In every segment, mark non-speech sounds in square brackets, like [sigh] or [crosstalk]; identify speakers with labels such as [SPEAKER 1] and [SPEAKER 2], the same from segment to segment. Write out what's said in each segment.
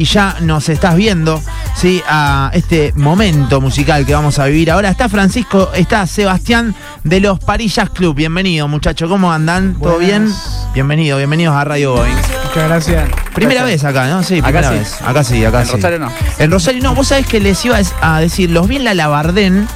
[SPEAKER 1] y ya nos estás viendo, ¿sí? A este momento musical que vamos a vivir ahora. Está Francisco, está Sebastián de los Parillas Club. Bienvenido, muchacho. ¿Cómo andan? ¿Todo
[SPEAKER 2] Buenas.
[SPEAKER 1] bien? Bienvenido, bienvenidos a Radio Boeing.
[SPEAKER 2] Muchas gracias. Ah,
[SPEAKER 1] Primera vez acá, ¿no? Sí,
[SPEAKER 3] Acá
[SPEAKER 1] primera
[SPEAKER 3] sí.
[SPEAKER 1] vez. Acá sí, acá Ah,
[SPEAKER 3] En
[SPEAKER 1] sí.
[SPEAKER 3] Rosario no.
[SPEAKER 1] En Rosario no, vos sabés que les iba a decir, los vi en la Labardén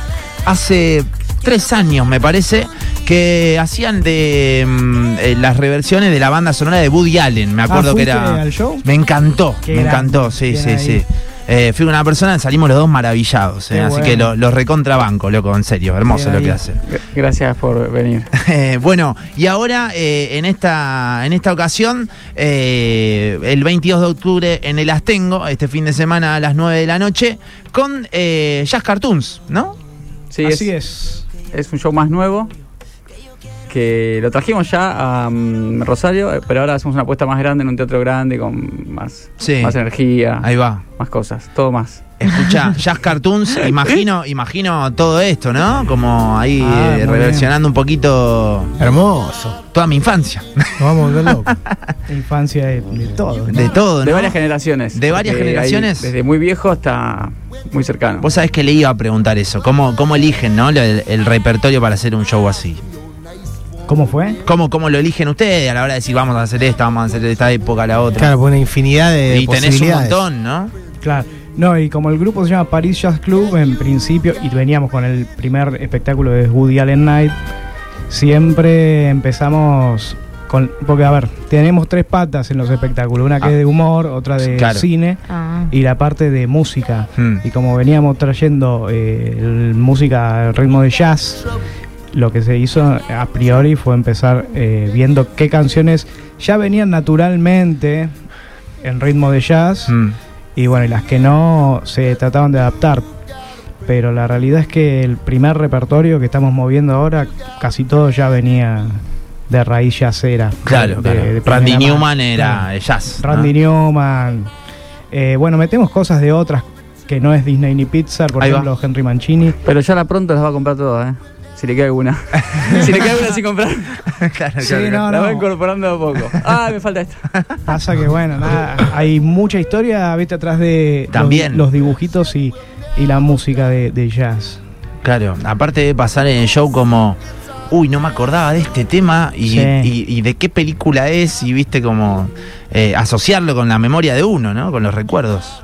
[SPEAKER 1] hace tres años, me parece, que hacían de mm, eh, las reversiones de la banda sonora de Woody Allen, me
[SPEAKER 3] Ah,
[SPEAKER 1] acuerdo que
[SPEAKER 2] ¿fuiste
[SPEAKER 1] era.
[SPEAKER 2] al show?
[SPEAKER 1] Me encantó,
[SPEAKER 2] Qué
[SPEAKER 1] me
[SPEAKER 2] grande,
[SPEAKER 1] encantó, sí,
[SPEAKER 2] bien
[SPEAKER 1] sí,
[SPEAKER 2] ahí.
[SPEAKER 1] sí. Eh, fui una persona, salimos los dos maravillados, eh,
[SPEAKER 2] Qué
[SPEAKER 1] así
[SPEAKER 2] bueno.
[SPEAKER 1] que los lo recontrabanco, loco, en serio, hermoso
[SPEAKER 2] Bien
[SPEAKER 1] lo que
[SPEAKER 2] ahí.
[SPEAKER 1] hace.
[SPEAKER 3] G- Gracias por venir.
[SPEAKER 1] [laughs] Eh, bueno, y ahora eh, en, esta, en esta ocasión, eh, el 22 de octubre en el Astengo, este fin de semana a las 9 de la noche, con eh, Jazz Cartoons, ¿no?
[SPEAKER 3] Sí,
[SPEAKER 2] Así
[SPEAKER 3] es,
[SPEAKER 2] es.
[SPEAKER 3] es un show más nuevo que lo trajimos ya a mm, Rosario, eh, pero ahora hacemos una apuesta más grande en un teatro grande con más,
[SPEAKER 1] Sí.
[SPEAKER 3] más energía,
[SPEAKER 1] Ahí va.
[SPEAKER 3] más cosas, todo más.
[SPEAKER 1] Escucha,
[SPEAKER 2] [laughs]
[SPEAKER 1] Jazz Cartoons, imagino, imagino todo esto, ¿no? Como ahí
[SPEAKER 2] Ah,
[SPEAKER 1] eh,
[SPEAKER 2] muy
[SPEAKER 1] reversionando un poquito
[SPEAKER 4] Hermoso.
[SPEAKER 1] toda mi infancia,
[SPEAKER 4] Nos vamos a volver locos.
[SPEAKER 2] La [laughs] infancia de, de todo. ¿no?
[SPEAKER 1] de todo, ¿no?
[SPEAKER 3] De varias generaciones.
[SPEAKER 1] De varias
[SPEAKER 3] Porque hay
[SPEAKER 1] generaciones.
[SPEAKER 3] desde muy viejo hasta muy cercano.
[SPEAKER 1] Vos sabés que le iba a preguntar eso, ¿cómo, cómo eligen, ¿no? El- el repertorio para hacer un show así.
[SPEAKER 2] ¿Cómo fue?
[SPEAKER 1] ¿Cómo, ¿Cómo lo eligen ustedes a la hora de decir vamos a hacer esta, vamos a hacer de esta época, la otra?
[SPEAKER 4] Claro, por una infinidad
[SPEAKER 2] eh,
[SPEAKER 4] de
[SPEAKER 1] y tenés un
[SPEAKER 4] posibilidades.
[SPEAKER 1] montón, ¿no?
[SPEAKER 2] Claro. No, y como el grupo se llama Paris Jazz Club, en principio, y veníamos con el primer espectáculo de Woody Allen Night, siempre empezamos con. Porque, a ver, tenemos tres patas en los espectáculos: una que
[SPEAKER 1] Ah.
[SPEAKER 2] es de humor, otra de
[SPEAKER 1] Claro.
[SPEAKER 2] cine
[SPEAKER 5] Ah.
[SPEAKER 2] y la parte de música.
[SPEAKER 1] Hmm.
[SPEAKER 2] Y como veníamos trayendo eh, el- música al ritmo de jazz, lo que se hizo a priori fue empezar eh, viendo qué canciones ya venían naturalmente en ritmo de jazz
[SPEAKER 1] Hmm.
[SPEAKER 2] y bueno, y las que no se trataban de adaptar. Pero la realidad es que el primer repertorio que estamos moviendo ahora, casi todo ya venía de raíz jazzera.
[SPEAKER 1] Claro,
[SPEAKER 2] De-
[SPEAKER 1] claro.
[SPEAKER 2] de primera
[SPEAKER 1] Randy
[SPEAKER 2] mano.
[SPEAKER 1] Newman
[SPEAKER 2] Claro.
[SPEAKER 1] era el jazz. ¿no?
[SPEAKER 2] Randy Newman. Eh, bueno, metemos cosas de otras que no es Disney ni Pixar, por
[SPEAKER 1] Ahí va.
[SPEAKER 2] ejemplo, Henry Mancini.
[SPEAKER 3] Pero ya la pronto las va a comprar todas, ¿eh? Si le
[SPEAKER 1] [laughs]
[SPEAKER 3] queda alguna. si le queda alguna sin comprar,
[SPEAKER 1] [laughs] claro,
[SPEAKER 2] Sí,
[SPEAKER 1] claro, claro.
[SPEAKER 2] No,
[SPEAKER 3] la va
[SPEAKER 2] no.
[SPEAKER 3] incorporando a poco. Ah, me falta esta.
[SPEAKER 2] Pasa que, bueno, nada, hay mucha historia, viste, atrás de los-
[SPEAKER 1] También.
[SPEAKER 2] Los, dibujitos y, y la música de, de jazz.
[SPEAKER 1] Claro, aparte de pasar en el show como, uy, no me acordaba de este tema y,
[SPEAKER 2] Sí.
[SPEAKER 1] y- y de qué película es y viste como eh, asociarlo con la memoria de uno, ¿no? Con los recuerdos.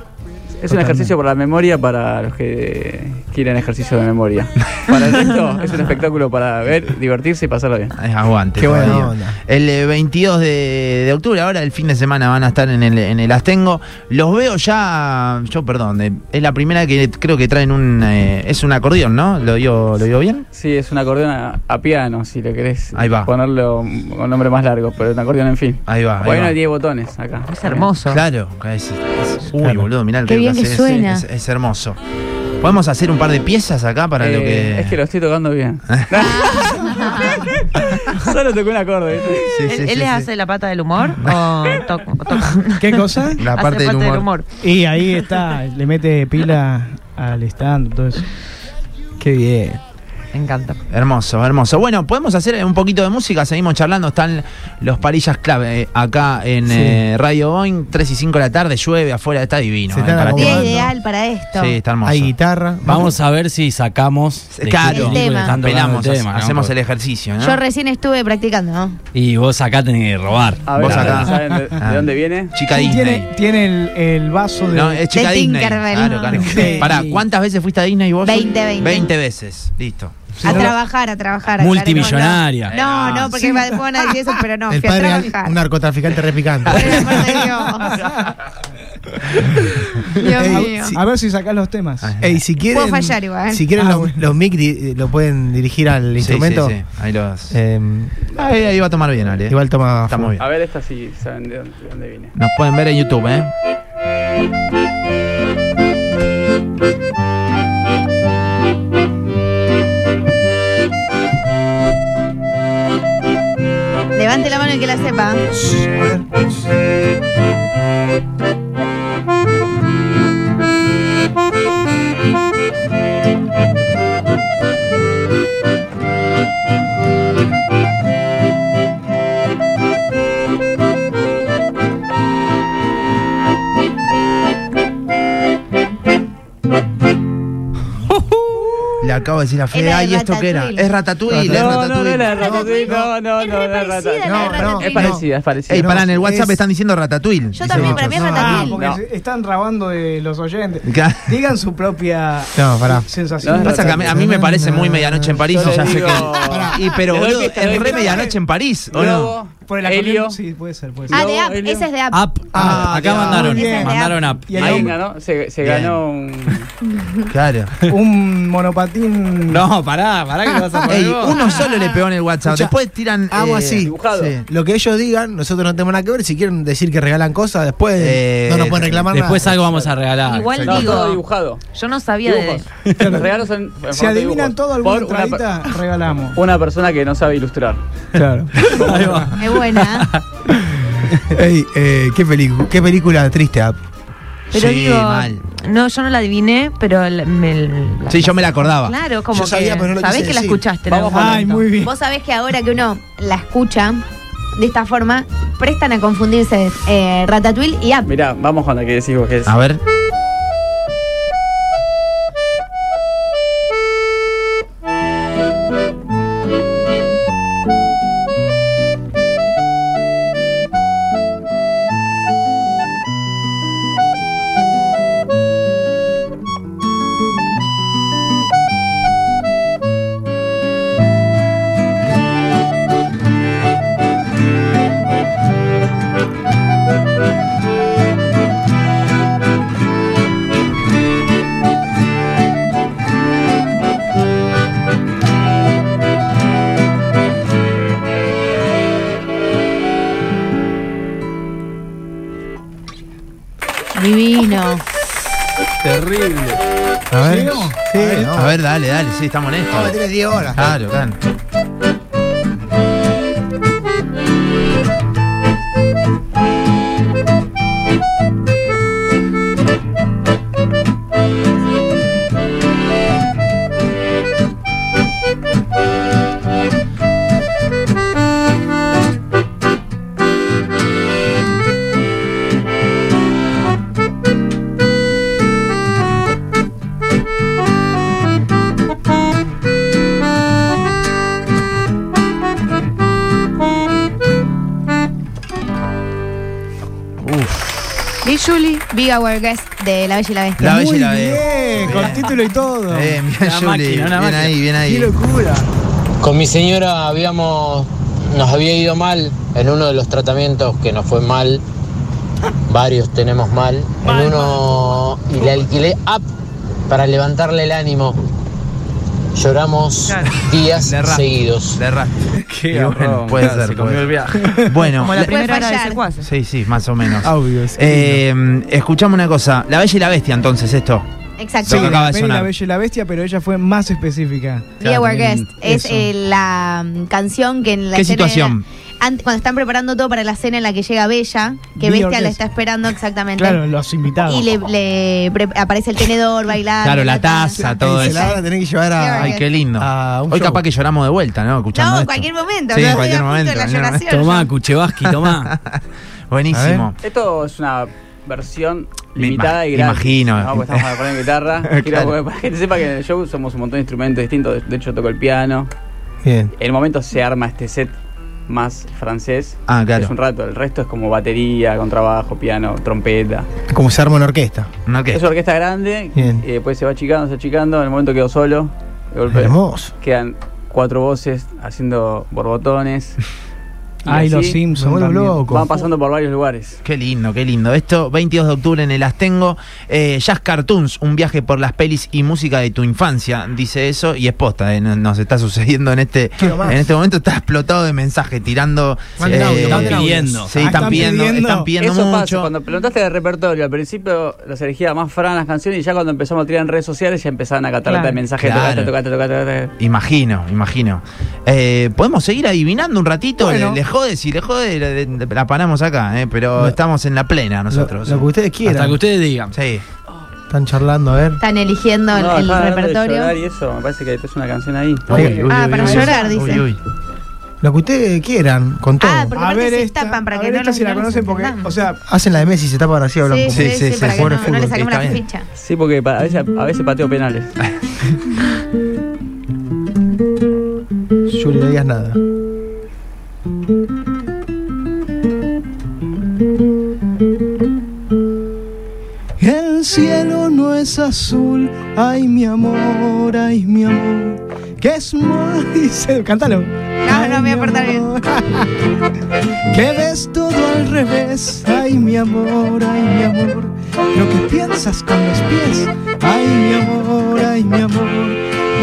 [SPEAKER 3] Es un
[SPEAKER 2] Totalmente.
[SPEAKER 3] ejercicio para la memoria para los que quieren ejercicio de memoria. Para el resto, es un espectáculo para ver, divertirse y pasarlo bien.
[SPEAKER 1] Ay, Eh, aguante.
[SPEAKER 4] Qué buena
[SPEAKER 1] todavía.
[SPEAKER 4] onda.
[SPEAKER 1] El eh, 22 de, de octubre, ahora el fin de semana van a estar en el, en el Astengo. Los veo ya, yo perdón, eh, es la primera que creo que traen un... eh, es un acordeón, ¿no? ¿Lo digo, ¿Lo digo bien?
[SPEAKER 3] Sí, es un acordeón a, a piano, si lo querés
[SPEAKER 1] Ahí va.
[SPEAKER 3] ponerlo con nombre más largo, pero un acordeón, en fin.
[SPEAKER 1] Ahí va. ahí
[SPEAKER 3] Bueno,
[SPEAKER 1] va.
[SPEAKER 3] hay 10 botones acá.
[SPEAKER 5] Es hermoso.
[SPEAKER 1] Claro. es- es- uy,
[SPEAKER 2] Claro.
[SPEAKER 1] boludo, mirá el
[SPEAKER 5] Qué
[SPEAKER 1] río
[SPEAKER 5] bien que
[SPEAKER 1] hace, es-
[SPEAKER 5] suena.
[SPEAKER 1] Es, es hermoso. ¿Podemos hacer un par de piezas acá para lo
[SPEAKER 3] Eh,
[SPEAKER 1] que...?
[SPEAKER 3] Es que lo estoy tocando bien. Solo toqué un acorde. ¿viste?
[SPEAKER 1] Sí, sí,
[SPEAKER 5] ¿Él,
[SPEAKER 1] sí,
[SPEAKER 5] él les
[SPEAKER 1] sí.
[SPEAKER 5] hace la pata del humor
[SPEAKER 1] [laughs]
[SPEAKER 5] o toca?
[SPEAKER 2] ¿Qué cosa?
[SPEAKER 1] La parte del humor.
[SPEAKER 2] Y ahí está, le mete pila al stand, todo eso.
[SPEAKER 4] Qué bien.
[SPEAKER 5] Me encanta.
[SPEAKER 1] Hermoso, hermoso. Bueno, podemos hacer un poquito de música, seguimos charlando. Están los parillas clave eh, acá en
[SPEAKER 4] Sí.
[SPEAKER 1] eh, Radio Boeing, 3 y 5 de la tarde, llueve afuera, está divino.
[SPEAKER 4] Se
[SPEAKER 1] eh,
[SPEAKER 4] están
[SPEAKER 1] para
[SPEAKER 4] acomodando.
[SPEAKER 1] que-
[SPEAKER 4] Bien.
[SPEAKER 6] ideal para esto.
[SPEAKER 1] Sí, está hermoso.
[SPEAKER 4] Hay guitarra.
[SPEAKER 7] Vamos a ver si sacamos. de qué
[SPEAKER 1] Claro.
[SPEAKER 7] película
[SPEAKER 6] El tema.
[SPEAKER 7] están tocando
[SPEAKER 1] Apelamos,
[SPEAKER 7] el
[SPEAKER 1] hace-
[SPEAKER 7] tema, ¿no?
[SPEAKER 1] hacemos el ejercicio, ¿no?
[SPEAKER 6] Yo recién estuve practicando, ¿no?
[SPEAKER 7] Y vos acá tenés que robar.
[SPEAKER 3] A ver,
[SPEAKER 1] Vos acá.
[SPEAKER 3] ¿saben de, de dónde viene?
[SPEAKER 1] Chica
[SPEAKER 2] Sí,
[SPEAKER 1] Disney.
[SPEAKER 2] Tiene, tiene el, el vaso de.
[SPEAKER 1] No, eh, es chica
[SPEAKER 6] De
[SPEAKER 1] Disney.
[SPEAKER 6] Tinkerbell.
[SPEAKER 1] Claro, claro.
[SPEAKER 2] Sí.
[SPEAKER 1] Pará, ¿cuántas veces fuiste a Disney vos?
[SPEAKER 6] Veinte, veinte.
[SPEAKER 1] 20 veces. Listo.
[SPEAKER 6] A trabajar, a trabajar.
[SPEAKER 7] Multimillonaria.
[SPEAKER 6] aclaremos, No, no, no, porque me van a decir eso, pero no,
[SPEAKER 4] el
[SPEAKER 6] fui a
[SPEAKER 4] padre al-
[SPEAKER 6] trabajar.
[SPEAKER 4] un
[SPEAKER 6] [laughs]
[SPEAKER 4] narcotraficante repicante.
[SPEAKER 6] Por el amor de Dios. Dios
[SPEAKER 4] Ey,
[SPEAKER 6] mío.
[SPEAKER 4] sí.
[SPEAKER 2] A ver si sacás los temas.
[SPEAKER 1] Ajá.
[SPEAKER 4] [laughs] Ey, si quieren,
[SPEAKER 6] Puedo fallar igual.
[SPEAKER 4] Si quieren,
[SPEAKER 2] Ah,
[SPEAKER 4] los,
[SPEAKER 2] bueno.
[SPEAKER 4] los mic di- eh, lo pueden dirigir al
[SPEAKER 1] Sí,
[SPEAKER 4] instrumento.
[SPEAKER 1] sí, sí. Ahí los.
[SPEAKER 4] Em,
[SPEAKER 1] Ahí, ahí va a tomar bien, Ale.
[SPEAKER 4] igual toma.
[SPEAKER 1] Estamos bien.
[SPEAKER 3] A ver, esta sí, saben de dónde, de dónde viene.
[SPEAKER 1] Nos pueden ver en YouTube, ¿eh?
[SPEAKER 6] Levante la mano el que la sepa.
[SPEAKER 1] le acabo de decir a Fede,
[SPEAKER 6] Era de
[SPEAKER 1] ay, ¿esto qué era?
[SPEAKER 6] Ratatouille.
[SPEAKER 1] Es Ratatouille, es
[SPEAKER 3] No, no, no,
[SPEAKER 1] Ratatouille.
[SPEAKER 3] era Ratatouille, no, no,
[SPEAKER 6] Es
[SPEAKER 3] no,
[SPEAKER 6] muy
[SPEAKER 3] era Ratatouille.
[SPEAKER 6] parecida la de
[SPEAKER 4] No, no,
[SPEAKER 3] Es
[SPEAKER 6] Ratatouille.
[SPEAKER 3] parecida, es parecida.
[SPEAKER 1] Ey, pará, en el
[SPEAKER 4] No,
[SPEAKER 1] WhatsApp
[SPEAKER 4] es-
[SPEAKER 1] están diciendo Ratatouille.
[SPEAKER 6] Yo
[SPEAKER 1] dicen
[SPEAKER 6] también, para mí es
[SPEAKER 1] muchos.
[SPEAKER 2] Ah,
[SPEAKER 6] Ratatouille.
[SPEAKER 2] porque
[SPEAKER 3] No.
[SPEAKER 2] se- están rabando de los oyentes. [laughs]
[SPEAKER 1] Claro.
[SPEAKER 2] Digan su propia
[SPEAKER 4] No, pará.
[SPEAKER 2] sensación.
[SPEAKER 3] No,
[SPEAKER 1] Pasa que a mí, a mí me parece muy medianoche en París,
[SPEAKER 3] Yo
[SPEAKER 1] o sea,
[SPEAKER 3] le
[SPEAKER 1] sé
[SPEAKER 3] digo-
[SPEAKER 1] que. Y, pero,
[SPEAKER 3] Le doy
[SPEAKER 1] boludo,
[SPEAKER 3] pista, le
[SPEAKER 1] es
[SPEAKER 3] doy
[SPEAKER 1] re
[SPEAKER 3] pista.
[SPEAKER 1] medianoche en París, ¿o no?
[SPEAKER 3] Globo,
[SPEAKER 2] Por el
[SPEAKER 3] helio.
[SPEAKER 2] acrónimo, Sí, puede ser, puede ser.
[SPEAKER 6] Ah, de
[SPEAKER 3] Luego,
[SPEAKER 6] app,
[SPEAKER 3] Elio.
[SPEAKER 6] ese es de app.
[SPEAKER 7] App,
[SPEAKER 1] Ah,
[SPEAKER 7] acá
[SPEAKER 1] Dios.
[SPEAKER 7] mandaron,
[SPEAKER 6] Muy bien.
[SPEAKER 7] mandaron app.
[SPEAKER 2] Y el
[SPEAKER 3] Ahí
[SPEAKER 2] hombre,
[SPEAKER 3] ganó, se, se
[SPEAKER 1] Bien.
[SPEAKER 3] ganó un.
[SPEAKER 1] Claro.
[SPEAKER 2] un monopatín.
[SPEAKER 7] No, pará, pará que lo vas a
[SPEAKER 1] [laughs]
[SPEAKER 7] poner
[SPEAKER 1] Ey,
[SPEAKER 7] vos.
[SPEAKER 1] uno solo le pegó en el WhatsApp.
[SPEAKER 4] Escucha,
[SPEAKER 1] Después tiran. eh,
[SPEAKER 4] hago así.
[SPEAKER 3] Dibujado.
[SPEAKER 4] Lo que ellos digan, nosotros no tenemos nada que ver. Si quieren decir que regalan cosas, después
[SPEAKER 1] Eh,
[SPEAKER 4] no nos pueden reclamar
[SPEAKER 7] Después
[SPEAKER 4] nada.
[SPEAKER 7] algo vamos a
[SPEAKER 4] Ah,
[SPEAKER 7] regalar.
[SPEAKER 3] No,
[SPEAKER 5] Igual
[SPEAKER 3] todo
[SPEAKER 5] digo,
[SPEAKER 3] dibujado.
[SPEAKER 5] yo no sabía de...
[SPEAKER 3] Dibujos. [laughs] Los regalos son. en
[SPEAKER 2] [laughs]
[SPEAKER 3] formato
[SPEAKER 2] Si
[SPEAKER 3] de
[SPEAKER 2] adivinan
[SPEAKER 3] dibujos.
[SPEAKER 2] todo
[SPEAKER 3] Por
[SPEAKER 2] alguna
[SPEAKER 3] una,
[SPEAKER 2] entradita, regalamos.
[SPEAKER 3] per- una persona que no sabe ilustrar.
[SPEAKER 4] Claro.
[SPEAKER 7] Ahí va.
[SPEAKER 6] Es buena.
[SPEAKER 4] [laughs] Ey, eh, qué, pelicu- qué película triste, App.
[SPEAKER 5] Pero
[SPEAKER 1] Sí,
[SPEAKER 5] digo,
[SPEAKER 1] mal.
[SPEAKER 5] no, yo no la adiviné, pero el- me... la-
[SPEAKER 1] Sí, yo me la acordaba.
[SPEAKER 5] Claro, como
[SPEAKER 4] Yo
[SPEAKER 5] que
[SPEAKER 4] sabía, pero no lo
[SPEAKER 5] sabés
[SPEAKER 4] quise
[SPEAKER 5] que la
[SPEAKER 4] decir.
[SPEAKER 5] escuchaste. en
[SPEAKER 3] Vamos
[SPEAKER 5] algún
[SPEAKER 2] Ay,
[SPEAKER 5] momento.
[SPEAKER 2] muy bien.
[SPEAKER 6] Vos sabés que ahora que uno la escucha de esta forma, prestan a confundirse eh, Ratatouille y app.
[SPEAKER 3] Mirá, vamos con la que decís vos que es.
[SPEAKER 1] A ver.
[SPEAKER 6] Divino.
[SPEAKER 3] Terrible.
[SPEAKER 4] A ver.
[SPEAKER 2] ¿Seguimos?
[SPEAKER 4] Sí, no.
[SPEAKER 1] A ver, dale, dale, sí, estamos en
[SPEAKER 4] No, me
[SPEAKER 1] esto.
[SPEAKER 4] tenés 10 horas.
[SPEAKER 1] Claro, claro.
[SPEAKER 6] Big Julie, Big Our Guest de La Bella y la Bestia.
[SPEAKER 1] La bella
[SPEAKER 2] Muy
[SPEAKER 1] y la
[SPEAKER 2] bien,
[SPEAKER 1] Bestia.
[SPEAKER 2] con título y todo.
[SPEAKER 1] Eh, mira,
[SPEAKER 7] Una máquina,
[SPEAKER 1] Julie.
[SPEAKER 7] una
[SPEAKER 1] Bien
[SPEAKER 7] máquina.
[SPEAKER 1] ahí, bien
[SPEAKER 2] Qué
[SPEAKER 1] ahí.
[SPEAKER 2] locura.
[SPEAKER 8] Con mi señora habíamos, nos había ido mal en uno de los tratamientos que nos fue mal, varios tenemos mal, en uno y le alquilé app para levantarle el ánimo. Lloramos
[SPEAKER 5] Claro.
[SPEAKER 8] días
[SPEAKER 1] Le erraste.
[SPEAKER 8] seguidos.
[SPEAKER 1] Le erraste. Y bueno,
[SPEAKER 3] garrón,
[SPEAKER 1] puede
[SPEAKER 3] claro,
[SPEAKER 1] ser,
[SPEAKER 3] se comió
[SPEAKER 1] puede
[SPEAKER 3] el viaje.
[SPEAKER 1] ser. Bueno,
[SPEAKER 5] Como la
[SPEAKER 1] la-
[SPEAKER 5] primera
[SPEAKER 6] Puede
[SPEAKER 5] hora de
[SPEAKER 6] fallar.
[SPEAKER 5] secuaces.
[SPEAKER 1] sí, sí, más o menos.
[SPEAKER 2] Audio.
[SPEAKER 1] Eh, escuchame una cosa. La bella y la bestia, entonces, esto.
[SPEAKER 6] Exacto.
[SPEAKER 2] Sí,
[SPEAKER 1] Lo que acaba de
[SPEAKER 2] la peli La
[SPEAKER 1] sonar.
[SPEAKER 2] Bella y la Bestia, pero ella fue más específica.
[SPEAKER 6] Be Our Guest es
[SPEAKER 2] eso.
[SPEAKER 6] eh, la mm, canción que en la
[SPEAKER 1] ¿Qué
[SPEAKER 6] escena-
[SPEAKER 1] situación?
[SPEAKER 6] an- cuando están preparando todo para la cena en la que llega Bella,
[SPEAKER 2] Be
[SPEAKER 6] que
[SPEAKER 2] Our
[SPEAKER 6] Bestia la
[SPEAKER 2] Guest.
[SPEAKER 6] está esperando exactamente.
[SPEAKER 2] Claro, los invitados.
[SPEAKER 6] Y le, le pre- aparece el tenedor bailando.
[SPEAKER 1] Claro, la taza, todo
[SPEAKER 4] Ey,
[SPEAKER 1] eso.
[SPEAKER 4] se la van a tener que llevar a.
[SPEAKER 1] Ay, qué lindo.
[SPEAKER 3] Ah,
[SPEAKER 4] A un
[SPEAKER 1] Hoy
[SPEAKER 4] show.
[SPEAKER 1] capaz que lloramos de vuelta, ¿no? Escuchando
[SPEAKER 6] No, en
[SPEAKER 1] esto.
[SPEAKER 6] cualquier momento.
[SPEAKER 1] Sí, en
[SPEAKER 6] no estoy
[SPEAKER 1] cualquier
[SPEAKER 6] a punto
[SPEAKER 1] momento.
[SPEAKER 6] de la
[SPEAKER 1] cualquier momento.
[SPEAKER 6] lloración.
[SPEAKER 7] Tomá, Kuchevaski, tomá.
[SPEAKER 1] [laughs] Buenísimo.
[SPEAKER 3] Esto es una versión
[SPEAKER 1] Me
[SPEAKER 3] limitada
[SPEAKER 1] ima-
[SPEAKER 3] y gratis.
[SPEAKER 1] imagino.
[SPEAKER 3] No, porque estamos poniendo guitarra. Quiero
[SPEAKER 1] [laughs] Claro.
[SPEAKER 3] que- para que sepa que en el show somos un montón de instrumentos distintos. De- De hecho, toco el piano.
[SPEAKER 4] Bien.
[SPEAKER 3] En el momento se arma este set más francés.
[SPEAKER 1] Ah, claro.
[SPEAKER 3] Es un rato. El resto es como batería, contrabajo, piano, trompeta.
[SPEAKER 4] Como se arma una orquesta.
[SPEAKER 1] ¿No qué?
[SPEAKER 3] Es una orquesta grande.
[SPEAKER 4] Bien.
[SPEAKER 3] Y después se va achicando, se va achicando. En el momento quedo solo. De golpe
[SPEAKER 4] Hermoso.
[SPEAKER 3] quedan cuatro voces haciendo borbotones. Y
[SPEAKER 2] Ay, los
[SPEAKER 3] así
[SPEAKER 4] Me
[SPEAKER 2] Simpsons.
[SPEAKER 4] vuelvo
[SPEAKER 2] también.
[SPEAKER 4] loco.
[SPEAKER 3] Van pasando por varios lugares.
[SPEAKER 1] Qué lindo, qué lindo. Esto, 22 de octubre en el Astengo. Eh, Jazz Cartoons, un viaje por las pelis y música de tu infancia. Dice eso y es posta. eh, no- nos está sucediendo en este,
[SPEAKER 4] Quiero más.
[SPEAKER 1] en este momento. Está explotado de mensajes, tirando.
[SPEAKER 4] Manden audio,
[SPEAKER 1] están
[SPEAKER 4] manden audio.
[SPEAKER 1] pidiendo. Sí,
[SPEAKER 2] Ah,
[SPEAKER 1] están
[SPEAKER 2] están
[SPEAKER 1] pidiendo,
[SPEAKER 2] pidiendo.
[SPEAKER 1] están pidiendo
[SPEAKER 3] Eso pasa,
[SPEAKER 1] mucho.
[SPEAKER 3] cuando preguntaste de repertorio, al principio las elegía más Fran las canciones y ya cuando empezamos a tirar en redes sociales ya empezaban a catar de
[SPEAKER 5] Claro.
[SPEAKER 3] mensajes,
[SPEAKER 1] Claro.
[SPEAKER 3] tocaste, tocaste, tocaste, tocaste.
[SPEAKER 1] Imagino, imagino. Eh, Podemos seguir adivinando un ratito.
[SPEAKER 2] Bueno.
[SPEAKER 1] Le, le jode, si le jode, le- le- la paramos acá. eh, pero
[SPEAKER 4] Lo-
[SPEAKER 1] estamos en la plena nosotros.
[SPEAKER 4] Lo, lo que ustedes quieran.
[SPEAKER 7] Hasta que ustedes digan.
[SPEAKER 1] Sí.
[SPEAKER 4] Están charlando, a ver.
[SPEAKER 6] Están eligiendo el-
[SPEAKER 3] No,
[SPEAKER 6] el,
[SPEAKER 3] estaba hablando de llorar
[SPEAKER 6] repertorio.
[SPEAKER 3] y eso, me parece que es una canción ahí.
[SPEAKER 4] Uy,
[SPEAKER 6] Ah, para llorar,
[SPEAKER 1] Uy,
[SPEAKER 6] dice.
[SPEAKER 1] uy.
[SPEAKER 4] Lo que ustedes quieran, con todo.
[SPEAKER 6] Ah, porque
[SPEAKER 2] a
[SPEAKER 6] aparte
[SPEAKER 2] ver
[SPEAKER 6] se
[SPEAKER 2] esta,
[SPEAKER 6] tapan para
[SPEAKER 2] a
[SPEAKER 6] que
[SPEAKER 2] ver
[SPEAKER 6] no
[SPEAKER 2] esta
[SPEAKER 6] los-
[SPEAKER 2] si la
[SPEAKER 6] no los
[SPEAKER 2] conocen porque,
[SPEAKER 6] entendamos.
[SPEAKER 2] o sea,
[SPEAKER 4] Hacen la de Messi, se tapa ahora así hablan
[SPEAKER 6] Sí,
[SPEAKER 4] como.
[SPEAKER 1] Sí,
[SPEAKER 6] sí,
[SPEAKER 1] sí,
[SPEAKER 6] sí,
[SPEAKER 1] sí,
[SPEAKER 6] para que
[SPEAKER 1] pobre
[SPEAKER 6] no, no le
[SPEAKER 1] fútbol,
[SPEAKER 6] saquemos
[SPEAKER 1] está
[SPEAKER 6] la
[SPEAKER 1] bien.
[SPEAKER 6] ficha.
[SPEAKER 3] Sí, porque pa- a veces, a veces pateo penales.
[SPEAKER 4] Yuri, no digas nada.
[SPEAKER 2] El cielo no es azul, ay mi amor, ay mi amor, que es más, [laughs] dice, cántalo.
[SPEAKER 6] No, no, me voy a portar bien.
[SPEAKER 2] [laughs] Que ves todo al revés, ay mi amor, ay mi amor, lo que piensas con los pies, ay mi amor, ay mi amor,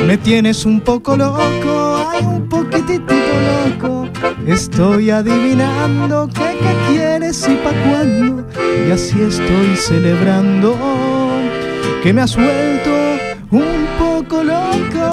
[SPEAKER 2] me tienes un poco loco, ay un poquitito loco, estoy adivinando qué, qué quieres y pa' cuándo, y así estoy celebrando que me has vuelto un poco loco.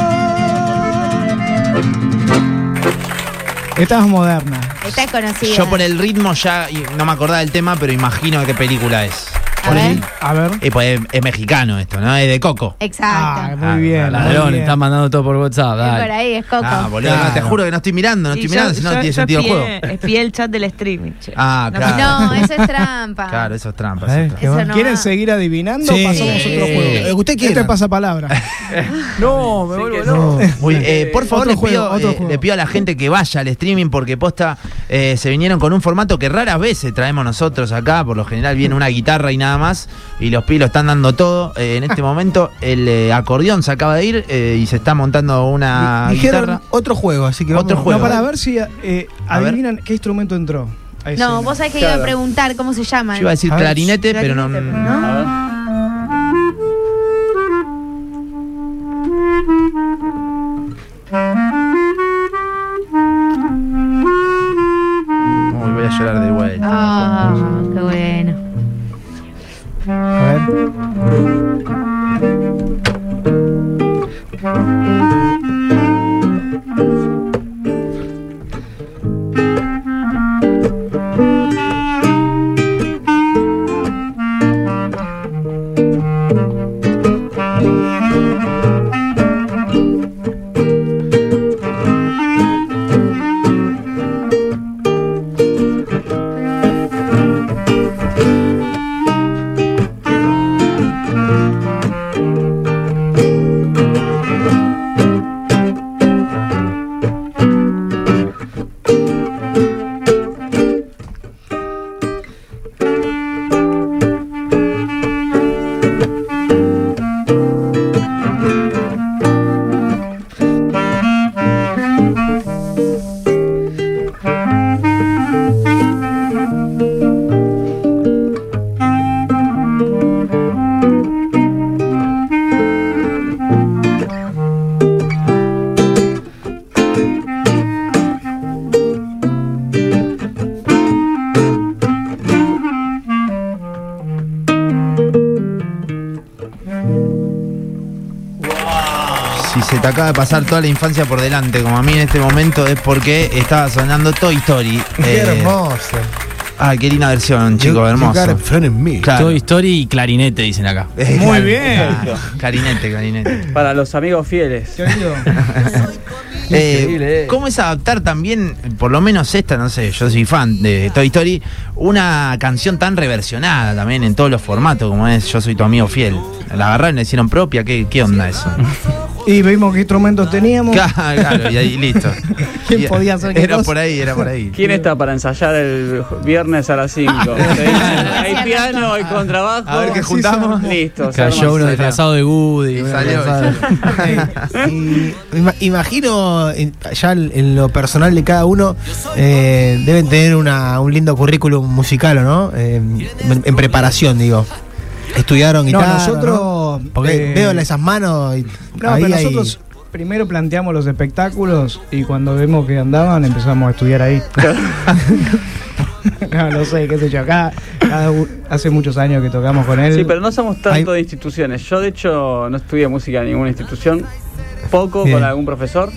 [SPEAKER 2] Esta es moderna.
[SPEAKER 6] Esta es conocida.
[SPEAKER 1] Yo por el ritmo ya y no me acordaba del tema, pero imagino de qué película es.
[SPEAKER 6] A ver.
[SPEAKER 2] A ver.
[SPEAKER 1] Y pues es, es mexicano esto, ¿no? Es de Coco.
[SPEAKER 2] Ah,
[SPEAKER 6] Exacto.
[SPEAKER 2] muy bien. muy
[SPEAKER 7] Ladrón,
[SPEAKER 2] bien.
[SPEAKER 7] están mandando todo por WhatsApp.
[SPEAKER 6] Es por
[SPEAKER 7] Dale.
[SPEAKER 6] ahí, es Coco.
[SPEAKER 1] Ah, boludo,
[SPEAKER 4] Claro.
[SPEAKER 1] no, te juro que no estoy mirando, no estoy mirando, si no no tiene sentido el juego.
[SPEAKER 5] Espié el chat del streaming. che.
[SPEAKER 1] Ah,
[SPEAKER 5] No,
[SPEAKER 1] claro.
[SPEAKER 6] No, eso es
[SPEAKER 4] Ah.
[SPEAKER 6] trampa.
[SPEAKER 1] Claro, eso es trampa.
[SPEAKER 2] Ay,
[SPEAKER 1] eso es
[SPEAKER 2] qué
[SPEAKER 1] trampa.
[SPEAKER 6] Eso
[SPEAKER 2] bueno.
[SPEAKER 6] no
[SPEAKER 2] ¿Eh? ¿Quieren
[SPEAKER 6] va.
[SPEAKER 2] seguir adivinando?
[SPEAKER 7] Sí.
[SPEAKER 2] o Pasamos a otro
[SPEAKER 1] Sí. Eh,
[SPEAKER 2] juego.
[SPEAKER 4] Lo que usted
[SPEAKER 2] Este
[SPEAKER 4] quiera.
[SPEAKER 2] es pasapalabra.
[SPEAKER 3] No, me vuelvo loco.
[SPEAKER 1] Muy- eh, por favor,
[SPEAKER 2] Otro
[SPEAKER 1] le pido,
[SPEAKER 2] juego, otro
[SPEAKER 1] eh,
[SPEAKER 2] juego.
[SPEAKER 1] le pido a la gente que vaya al streaming porque posta eh, se vinieron con un formato que raras veces traemos nosotros acá. Por lo general viene una guitarra y nada más. Y los pilos están dando todo. Eh, en este momento el eh, acordeón se acaba de ir eh, y se está montando una
[SPEAKER 4] Dijeron
[SPEAKER 1] Ah, guitarra.
[SPEAKER 4] otro juego, así que vamos.
[SPEAKER 1] Otro [laughs] juego.
[SPEAKER 2] No, para ver si eh,
[SPEAKER 1] A ver.
[SPEAKER 2] adivinan qué instrumento entró. Ahí
[SPEAKER 6] No,
[SPEAKER 2] sí.
[SPEAKER 6] vos sabés que iba a preguntar cómo se llaman.
[SPEAKER 1] Yo iba a decir
[SPEAKER 2] A ver,
[SPEAKER 1] clarinete, pero no.
[SPEAKER 5] clarinete,
[SPEAKER 3] A
[SPEAKER 1] Uy, voy a llorar de vuelta.
[SPEAKER 6] Ah, qué bueno.
[SPEAKER 2] A
[SPEAKER 1] Eh.
[SPEAKER 2] ver.
[SPEAKER 1] Si se te acaba de pasar toda la infancia por delante, como a mí en este momento, es porque estaba sonando Toy Story.
[SPEAKER 4] Qué
[SPEAKER 1] Eh,
[SPEAKER 4] hermoso.
[SPEAKER 1] Ah, qué linda versión, chicos, hermoso.
[SPEAKER 4] me.
[SPEAKER 1] Claro.
[SPEAKER 7] Toy Story y clarinete, dicen acá.
[SPEAKER 1] Eh,
[SPEAKER 2] Muy
[SPEAKER 1] claro.
[SPEAKER 2] bien.
[SPEAKER 1] Ah, clarinete, clarinete.
[SPEAKER 3] ver. Para los amigos fieles.
[SPEAKER 2] Qué lindo.
[SPEAKER 1] Eh,
[SPEAKER 3] [laughs] Increíble, eh.
[SPEAKER 1] ¿Cómo es adaptar también, por lo menos esta, no sé, yo soy fan de Toy Story, una canción tan reversionada también en todos los formatos como es Yo soy tu amigo fiel? La agarraron, la hicieron propia, ¿qué, qué onda
[SPEAKER 7] [laughs]
[SPEAKER 1] eso?
[SPEAKER 2] y vimos qué instrumentos teníamos.
[SPEAKER 1] Ah, claro, claro, y ahí listo.
[SPEAKER 2] [laughs] ¿Quién
[SPEAKER 1] Y-
[SPEAKER 2] podía hacer qué
[SPEAKER 1] Era
[SPEAKER 2] cosa?
[SPEAKER 1] por ahí, era por
[SPEAKER 7] [laughs]
[SPEAKER 1] ahí.
[SPEAKER 3] ¿Quién está para ensayar el viernes a las 5?
[SPEAKER 1] Ah.
[SPEAKER 3] Hay piano, hay contrabajo.
[SPEAKER 1] A ver qué
[SPEAKER 2] Así
[SPEAKER 1] juntamos.
[SPEAKER 2] se armó.
[SPEAKER 3] Listo. se
[SPEAKER 7] Cayó
[SPEAKER 3] arma.
[SPEAKER 7] uno disfrazado de Woody.
[SPEAKER 1] Y
[SPEAKER 7] una
[SPEAKER 1] salió,
[SPEAKER 7] cosa-
[SPEAKER 1] y salió.
[SPEAKER 4] Y ima- imagino, en- ya en en lo personal de cada uno, eh, deben tener una, un lindo currículum musical, ¿o no? Eh, en, en preparación, digo. Estudiaron
[SPEAKER 2] No,
[SPEAKER 4] guitarra.
[SPEAKER 2] nosotros,
[SPEAKER 4] ¿no? Porque
[SPEAKER 2] eh,
[SPEAKER 4] veo esas manos. Y
[SPEAKER 2] No,
[SPEAKER 4] ahí
[SPEAKER 2] pero
[SPEAKER 4] hay-
[SPEAKER 2] nosotros primero planteamos los espectáculos y cuando vemos que andaban empezamos a estudiar ahí. [laughs] no, no sé, qué sé yo. Acá cada u- hace muchos años que tocamos con él.
[SPEAKER 3] Sí, pero no somos tanto
[SPEAKER 4] Hay-
[SPEAKER 3] de instituciones. Yo, de hecho, no estudié música en ninguna institución. Poco
[SPEAKER 4] Bien.
[SPEAKER 3] con algún profesor,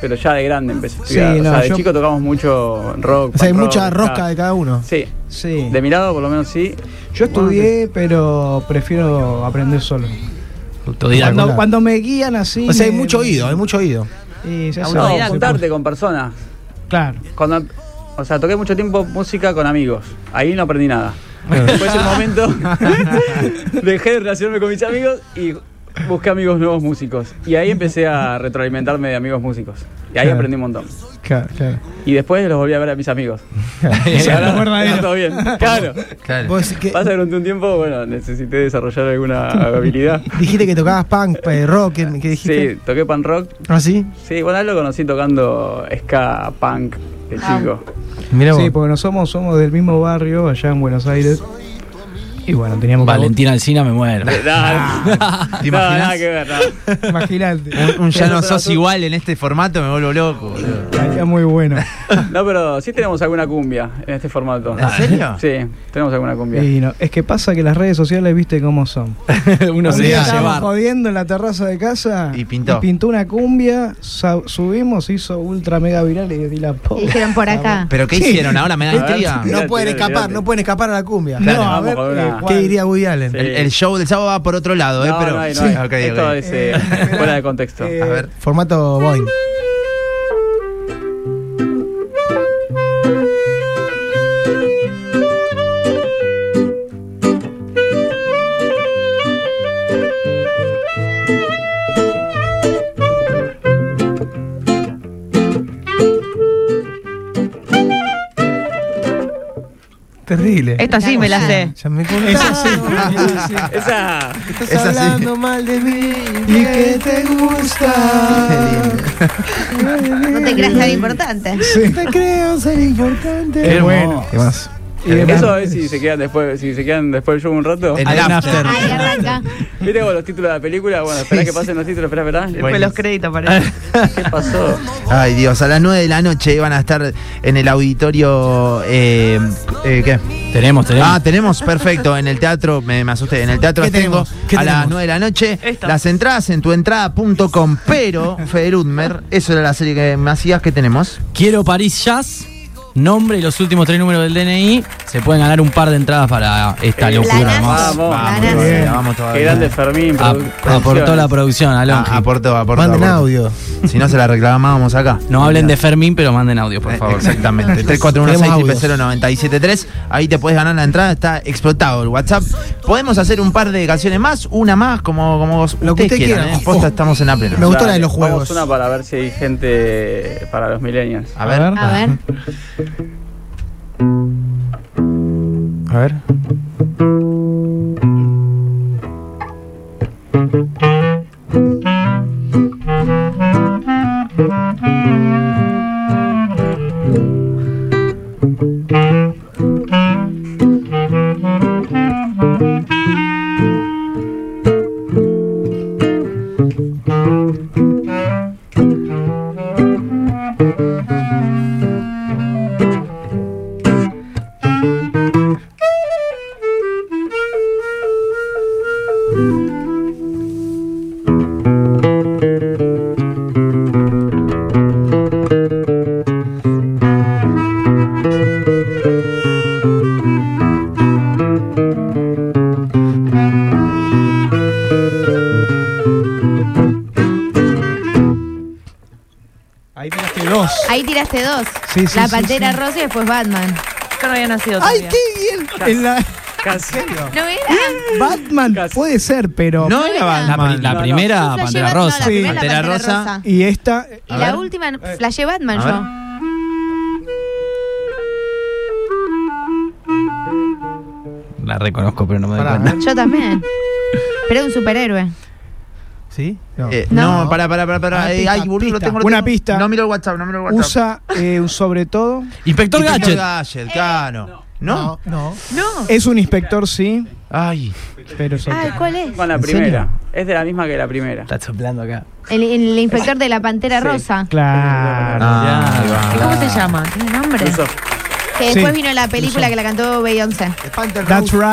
[SPEAKER 3] pero ya de grande empecé a
[SPEAKER 2] Sí,
[SPEAKER 3] estudiar.
[SPEAKER 2] no,
[SPEAKER 3] o sea, de
[SPEAKER 2] yo-
[SPEAKER 3] chico tocamos mucho rock.
[SPEAKER 4] O sea, hay
[SPEAKER 3] punk rock,
[SPEAKER 4] mucha rosca
[SPEAKER 3] claro.
[SPEAKER 4] de cada uno.
[SPEAKER 3] Sí,
[SPEAKER 2] Sí.
[SPEAKER 3] de mi lado por lo menos sí.
[SPEAKER 2] Yo estudié, pero prefiero aprender solo.
[SPEAKER 7] Autodidacta.
[SPEAKER 2] Cuando, cuando me guían así.
[SPEAKER 4] O sea, hay
[SPEAKER 2] me-
[SPEAKER 4] mucho oído, ¿eh? hay mucho oído.
[SPEAKER 2] Y ya
[SPEAKER 3] No,
[SPEAKER 2] sabes,
[SPEAKER 3] juntarte con personas.
[SPEAKER 2] Claro.
[SPEAKER 3] Cuando, o sea, toqué mucho tiempo música con amigos. Ahí no [laughs] aprendí nada. Después el momento dejé de relacionarme con mis amigos y busqué amigos nuevos músicos. Y ahí empecé a retroalimentarme de amigos músicos. Y ahí
[SPEAKER 4] Claro.
[SPEAKER 3] aprendí un montón.
[SPEAKER 4] Claro, claro.
[SPEAKER 3] Y después los volví a ver a mis amigos.
[SPEAKER 7] Eh,
[SPEAKER 3] Y [laughs] ahora
[SPEAKER 2] acuerda de
[SPEAKER 3] está
[SPEAKER 2] ellos.
[SPEAKER 3] todo bien. Claro.
[SPEAKER 7] claro.
[SPEAKER 4] Vos decís que-
[SPEAKER 3] Pasa durante un tiempo, bueno, necesité desarrollar alguna habilidad.
[SPEAKER 4] dijiste que tocabas punk, eh, rock, que, dijiste.
[SPEAKER 3] Sí, toqué pan rock.
[SPEAKER 4] ¿Ah, sí?
[SPEAKER 3] Sí, bueno, a él lo conocí tocando ska punk de chico.
[SPEAKER 4] [laughs] Mirá vos.
[SPEAKER 2] Sí, porque no somos, somos del mismo barrio allá en Buenos Aires. Y bueno, teníamos que-
[SPEAKER 7] Valentina Alcina me muero.
[SPEAKER 3] Eh, nada,
[SPEAKER 1] Ah. ¿Te
[SPEAKER 3] nada,
[SPEAKER 1] imaginas?
[SPEAKER 3] nada que ver,
[SPEAKER 2] [laughs]
[SPEAKER 3] nada.
[SPEAKER 2] Imagínate.
[SPEAKER 1] Un, un ya
[SPEAKER 3] Pero
[SPEAKER 1] no
[SPEAKER 3] para
[SPEAKER 1] sos
[SPEAKER 3] tú-
[SPEAKER 1] igual en este formato, me vuelvo loco.
[SPEAKER 2] [laughs]
[SPEAKER 1] boludo.
[SPEAKER 2] Estaría muy bueno.
[SPEAKER 3] No, pero sí tenemos alguna cumbia en este formato.
[SPEAKER 1] ¿En serio?
[SPEAKER 3] Sí, tenemos alguna cumbia.
[SPEAKER 2] Y no, es que pasa que las redes sociales, viste cómo son.
[SPEAKER 7] Uno
[SPEAKER 2] Un
[SPEAKER 7] se
[SPEAKER 2] día
[SPEAKER 7] deja
[SPEAKER 2] estábamos
[SPEAKER 7] llevar.
[SPEAKER 2] jodiendo en la terraza de casa
[SPEAKER 1] Y pintó.
[SPEAKER 2] una cumbia, sa- subimos, hizo ultra mega viral y, di la po-
[SPEAKER 6] Y dijeron por acá.
[SPEAKER 1] ¿Pero qué
[SPEAKER 4] Sí.
[SPEAKER 1] hicieron? Ahora me da
[SPEAKER 3] A ver,
[SPEAKER 1] intriga.
[SPEAKER 3] Mirá,
[SPEAKER 4] No pueden
[SPEAKER 3] mirá,
[SPEAKER 4] escapar,
[SPEAKER 3] mirá.
[SPEAKER 4] no pueden escapar a la cumbia.
[SPEAKER 3] Claro,
[SPEAKER 2] No, a
[SPEAKER 3] vamos
[SPEAKER 2] ver,
[SPEAKER 3] con una-
[SPEAKER 2] eh,
[SPEAKER 4] ¿Qué
[SPEAKER 2] ¿cuál?
[SPEAKER 4] diría Woody Allen?
[SPEAKER 3] Sí.
[SPEAKER 1] El, el show del sábado va por otro lado, ¿eh?
[SPEAKER 3] No,
[SPEAKER 1] pero.
[SPEAKER 3] no hay, no
[SPEAKER 1] Sí.
[SPEAKER 3] hay.
[SPEAKER 1] Ok,
[SPEAKER 3] Esto
[SPEAKER 1] ok.
[SPEAKER 3] es eh, fuera de contexto.
[SPEAKER 2] Eh,
[SPEAKER 3] A ver.
[SPEAKER 4] Formato Boeing. Terrible.
[SPEAKER 5] Esta sí me la sé.
[SPEAKER 4] Ya me contaste.
[SPEAKER 3] Esa.
[SPEAKER 4] Estás
[SPEAKER 1] Esa sí.
[SPEAKER 4] hablando mal de mí y que te gusta.
[SPEAKER 6] No te creas tan importante.
[SPEAKER 4] Te creo ser importante.
[SPEAKER 2] Qué bueno.
[SPEAKER 4] ¿Qué más?
[SPEAKER 2] y de-
[SPEAKER 3] Eso es si se quedan después, si se quedan después del show un rato.
[SPEAKER 1] En
[SPEAKER 7] Al
[SPEAKER 1] el after.
[SPEAKER 6] Ahí arranca.
[SPEAKER 3] ¿Viste con los títulos de la película? Bueno, esperá que pasen los títulos, esperá, esperá.
[SPEAKER 5] Después los
[SPEAKER 1] [laughs]
[SPEAKER 5] créditos aparecen.
[SPEAKER 3] ¿Qué pasó?
[SPEAKER 1] Ay, Dios, a las 9 de la noche iban a estar en el auditorio. eh, eh, ¿Qué?
[SPEAKER 7] Tenemos, tenemos.
[SPEAKER 1] Ah, tenemos, perfecto, en el teatro, me, me asusté, en el teatro
[SPEAKER 4] ¿Qué
[SPEAKER 1] tengo
[SPEAKER 4] tenemos? ¿Qué
[SPEAKER 1] a las
[SPEAKER 4] tenemos?
[SPEAKER 1] 9 de la noche
[SPEAKER 5] Esto.
[SPEAKER 1] las entradas en tuentrada.com, pero Federudmer, eso era la serie que me hacías que tenemos.
[SPEAKER 7] Quiero París Jazz. Nombre y los últimos tres números del DNI. Se pueden ganar un par de entradas para esta
[SPEAKER 3] Eh,
[SPEAKER 7] locura.
[SPEAKER 6] Lana.
[SPEAKER 7] hermosa.
[SPEAKER 3] Vamos.
[SPEAKER 6] Lana.
[SPEAKER 1] todavía,
[SPEAKER 2] Bien.
[SPEAKER 1] vamos todavía.
[SPEAKER 3] Qué grande Fermín.
[SPEAKER 7] A-
[SPEAKER 3] produ-
[SPEAKER 7] Aportó la
[SPEAKER 3] producciones.
[SPEAKER 7] producción, Alonji.
[SPEAKER 1] Ah, aportó, aportó.
[SPEAKER 4] Manden
[SPEAKER 1] aportó.
[SPEAKER 4] audio.
[SPEAKER 1] Si no, se la reclamábamos acá.
[SPEAKER 7] no hablen de Fermín, pero manden audio, por
[SPEAKER 1] Eh,
[SPEAKER 7] favor.
[SPEAKER 1] Exactamente.
[SPEAKER 4] Queremos
[SPEAKER 1] 3416-0973. Ahí te puedes ganar la entrada. Está explotado el WhatsApp. Podemos hacer un par de canciones más, una más, como, como vos-
[SPEAKER 4] Lo que
[SPEAKER 1] ustedes
[SPEAKER 4] usted
[SPEAKER 1] quieran.
[SPEAKER 4] quiera.
[SPEAKER 1] ¿eh? Posta,
[SPEAKER 4] Oh.
[SPEAKER 1] estamos en la plena.
[SPEAKER 4] Me gustó
[SPEAKER 3] Dale,
[SPEAKER 4] la de los
[SPEAKER 3] vamos
[SPEAKER 4] juegos.
[SPEAKER 3] una para ver si hay gente para los millennials.
[SPEAKER 1] A ver.
[SPEAKER 6] A ver.
[SPEAKER 4] A ver.
[SPEAKER 2] Ahí tiraste dos.
[SPEAKER 6] Ahí tiraste dos.
[SPEAKER 2] Sí, sí,
[SPEAKER 6] la
[SPEAKER 2] sí,
[SPEAKER 6] Pantera
[SPEAKER 2] sí.
[SPEAKER 6] Rosa y después Batman.
[SPEAKER 5] Yo no había nacido
[SPEAKER 2] ¡Ay,
[SPEAKER 5] todavía.
[SPEAKER 2] qué bien! En la-
[SPEAKER 3] Casi.
[SPEAKER 6] ¿No era?
[SPEAKER 2] Batman
[SPEAKER 3] Casi.
[SPEAKER 2] puede ser, pero.
[SPEAKER 1] No era
[SPEAKER 7] La,
[SPEAKER 1] Batman.
[SPEAKER 7] pri- la
[SPEAKER 3] No,
[SPEAKER 7] primera,
[SPEAKER 6] Yo flashé
[SPEAKER 7] Pantera
[SPEAKER 6] Batman,
[SPEAKER 7] Rosa.
[SPEAKER 6] la primera
[SPEAKER 1] Pantera Rosa.
[SPEAKER 2] Y esta. eh,
[SPEAKER 6] Y
[SPEAKER 1] A
[SPEAKER 6] la
[SPEAKER 1] ver.
[SPEAKER 6] última, flashé Batman
[SPEAKER 1] A
[SPEAKER 6] yo.
[SPEAKER 1] ver.
[SPEAKER 7] La reconozco, pero no me doy
[SPEAKER 4] Pará,
[SPEAKER 7] cuenta.
[SPEAKER 6] Yo también. Pero era un superhéroe.
[SPEAKER 4] ¿Sí? No.
[SPEAKER 1] Eh,
[SPEAKER 6] No.
[SPEAKER 1] no, pará, pará, pará. pará.
[SPEAKER 2] Una
[SPEAKER 1] Eh,
[SPEAKER 2] pista,
[SPEAKER 1] ay, boludo, lo
[SPEAKER 2] pista.
[SPEAKER 1] tengo, lo
[SPEAKER 2] Una
[SPEAKER 1] tengo.
[SPEAKER 2] pista.
[SPEAKER 1] No miro el WhatsApp, no miro el WhatsApp.
[SPEAKER 2] Usa eh, un sobre todo.
[SPEAKER 7] Inspector
[SPEAKER 1] Gadget.
[SPEAKER 7] Gadget.
[SPEAKER 3] Eh,
[SPEAKER 1] Gadget, claro. ¿No?
[SPEAKER 4] No, no.
[SPEAKER 2] Es un inspector, sí,
[SPEAKER 1] Ay.
[SPEAKER 2] pero es otro.
[SPEAKER 6] Ay, ¿cuál es?
[SPEAKER 3] Con la
[SPEAKER 2] ¿En serio?
[SPEAKER 3] primera. Es de la misma que la primera.
[SPEAKER 7] Está soplando acá.
[SPEAKER 6] El, el inspector de la Pantera
[SPEAKER 3] Sí.
[SPEAKER 6] Rosa.
[SPEAKER 2] Claro.
[SPEAKER 1] Ah, ahí va.
[SPEAKER 5] ¿Cómo se llama?
[SPEAKER 6] ¿Tiene nombre?
[SPEAKER 3] Eso.
[SPEAKER 5] Eh,
[SPEAKER 6] Que después
[SPEAKER 2] Sí.
[SPEAKER 6] vino la película que la cantó Beyoncé.
[SPEAKER 4] The Panther
[SPEAKER 2] That's
[SPEAKER 4] Rose.
[SPEAKER 2] right.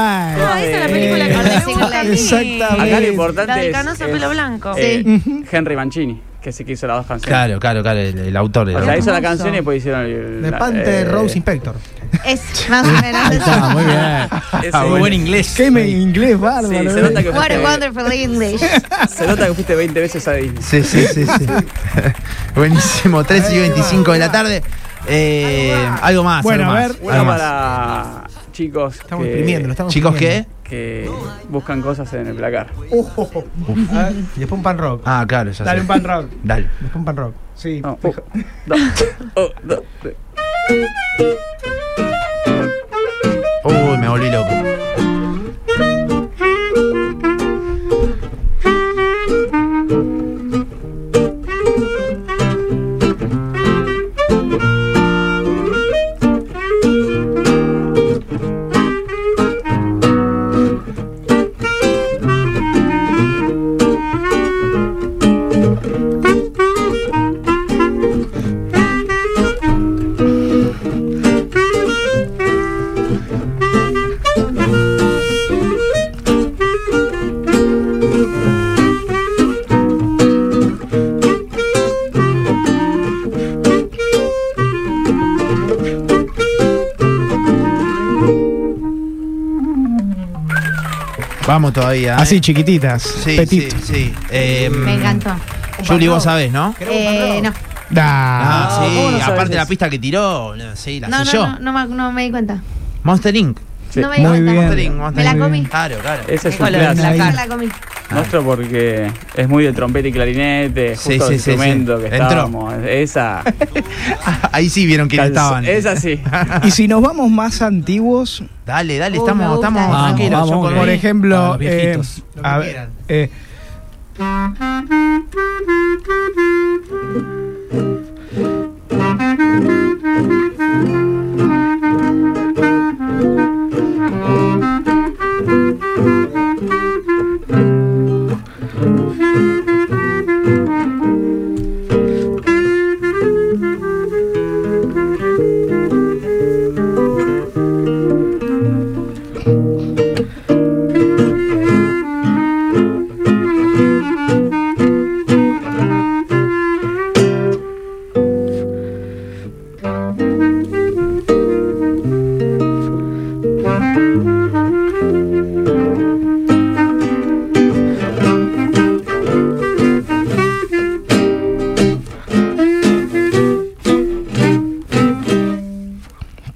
[SPEAKER 5] Ah, esa es la
[SPEAKER 2] Eh,
[SPEAKER 5] película que me [laughs] gusta a mí.
[SPEAKER 2] exactamente.
[SPEAKER 3] Acá lo
[SPEAKER 5] La
[SPEAKER 3] importante
[SPEAKER 5] del
[SPEAKER 3] es,
[SPEAKER 5] canoso
[SPEAKER 3] es,
[SPEAKER 5] pelo blanco.
[SPEAKER 3] eh,
[SPEAKER 2] Sí.
[SPEAKER 3] Henry Mancini, que sí que hizo las dos canciones.
[SPEAKER 1] Claro, claro, claro, el, el autor. el
[SPEAKER 3] O sea,
[SPEAKER 1] autor.
[SPEAKER 3] hizo la canción y después hicieron el.
[SPEAKER 4] The
[SPEAKER 3] la-
[SPEAKER 4] Panther
[SPEAKER 3] eh,
[SPEAKER 4] Rose Inspector.
[SPEAKER 6] Es más o menos.
[SPEAKER 7] Ah, muy bien.
[SPEAKER 3] Ese-
[SPEAKER 7] muy buen inglés.
[SPEAKER 2] Qué me- inglés bárbaro.
[SPEAKER 3] Sí, se
[SPEAKER 2] ¿eh?
[SPEAKER 3] nota que
[SPEAKER 6] What a
[SPEAKER 3] fuiste,
[SPEAKER 6] wonderful English.
[SPEAKER 3] [laughs] se nota que fuiste 20 veces a Disney.
[SPEAKER 1] Sí, sí, sí, sí. [laughs] Buenísimo, 3 y 25 de la tarde. Eh, algo más.
[SPEAKER 2] Bueno,
[SPEAKER 1] algo
[SPEAKER 2] a
[SPEAKER 1] más,
[SPEAKER 2] ver,
[SPEAKER 1] algo
[SPEAKER 3] Una
[SPEAKER 1] más.
[SPEAKER 3] para chicos.
[SPEAKER 4] Estamos
[SPEAKER 3] que-
[SPEAKER 4] imprimiendo, lo estamos
[SPEAKER 1] Chicos, ¿qué?
[SPEAKER 4] imprimiendo.
[SPEAKER 3] que buscan cosas en el placar.
[SPEAKER 2] Uh, uh, uh. A ver,
[SPEAKER 4] Y después un pan rock.
[SPEAKER 1] Ah, claro, ya
[SPEAKER 2] Dale
[SPEAKER 1] sé.
[SPEAKER 2] un pan rock.
[SPEAKER 1] Dale.
[SPEAKER 4] Después un pan rock.
[SPEAKER 2] Sí.
[SPEAKER 3] No, un, dos, un, dos, tres.
[SPEAKER 1] Uy, me volví loco. Vamos todavía. ¿eh?
[SPEAKER 2] Así, chiquititas.
[SPEAKER 1] sí,
[SPEAKER 2] petit.
[SPEAKER 1] sí, sí. Eh,
[SPEAKER 6] Me encantó.
[SPEAKER 1] Juli, vos sabés, ¿no?
[SPEAKER 6] Eh, no.
[SPEAKER 2] Da.
[SPEAKER 1] Ah, sí,
[SPEAKER 3] ¿cómo no sabés
[SPEAKER 1] aparte la
[SPEAKER 3] eso?
[SPEAKER 1] pista que tiró, sí, la
[SPEAKER 6] No,
[SPEAKER 1] sé yo.
[SPEAKER 6] no, no, no, me- no me di cuenta.
[SPEAKER 1] Monster Inc.
[SPEAKER 3] Sí.
[SPEAKER 6] No me di
[SPEAKER 2] Muy
[SPEAKER 6] cuenta.
[SPEAKER 2] bien.
[SPEAKER 1] Monster Inc. Monster
[SPEAKER 6] Me la
[SPEAKER 1] Inc.
[SPEAKER 6] comí.
[SPEAKER 1] Claro, claro.
[SPEAKER 3] Ese es
[SPEAKER 5] ¿Qué
[SPEAKER 3] un
[SPEAKER 5] color?
[SPEAKER 3] clásico
[SPEAKER 2] Ahí.
[SPEAKER 6] Me la comí.
[SPEAKER 3] nuestro porque es muy de trompeta y clarinete, justo
[SPEAKER 1] Sí, sí,
[SPEAKER 3] el
[SPEAKER 1] sí, sí.
[SPEAKER 3] instrumento que
[SPEAKER 1] Entró.
[SPEAKER 3] estábamos. Esa.
[SPEAKER 1] [laughs] Ahí sí vieron quiénes
[SPEAKER 3] calzó-
[SPEAKER 1] estaban.
[SPEAKER 3] Esa sí.
[SPEAKER 2] Y si nos vamos más antiguos,
[SPEAKER 1] Dale, dale,
[SPEAKER 6] Uy,
[SPEAKER 1] estamos,
[SPEAKER 6] Uh, me gusta
[SPEAKER 1] estamos
[SPEAKER 6] eso.
[SPEAKER 1] tranquilos.
[SPEAKER 7] Vamos,
[SPEAKER 1] yo
[SPEAKER 7] vamos,
[SPEAKER 1] colgué.
[SPEAKER 2] por
[SPEAKER 7] ahí. Para
[SPEAKER 2] ejemplo,
[SPEAKER 7] los viejitos.
[SPEAKER 2] eh,
[SPEAKER 4] Lo que
[SPEAKER 2] a ver,
[SPEAKER 4] quieran.
[SPEAKER 2] eh,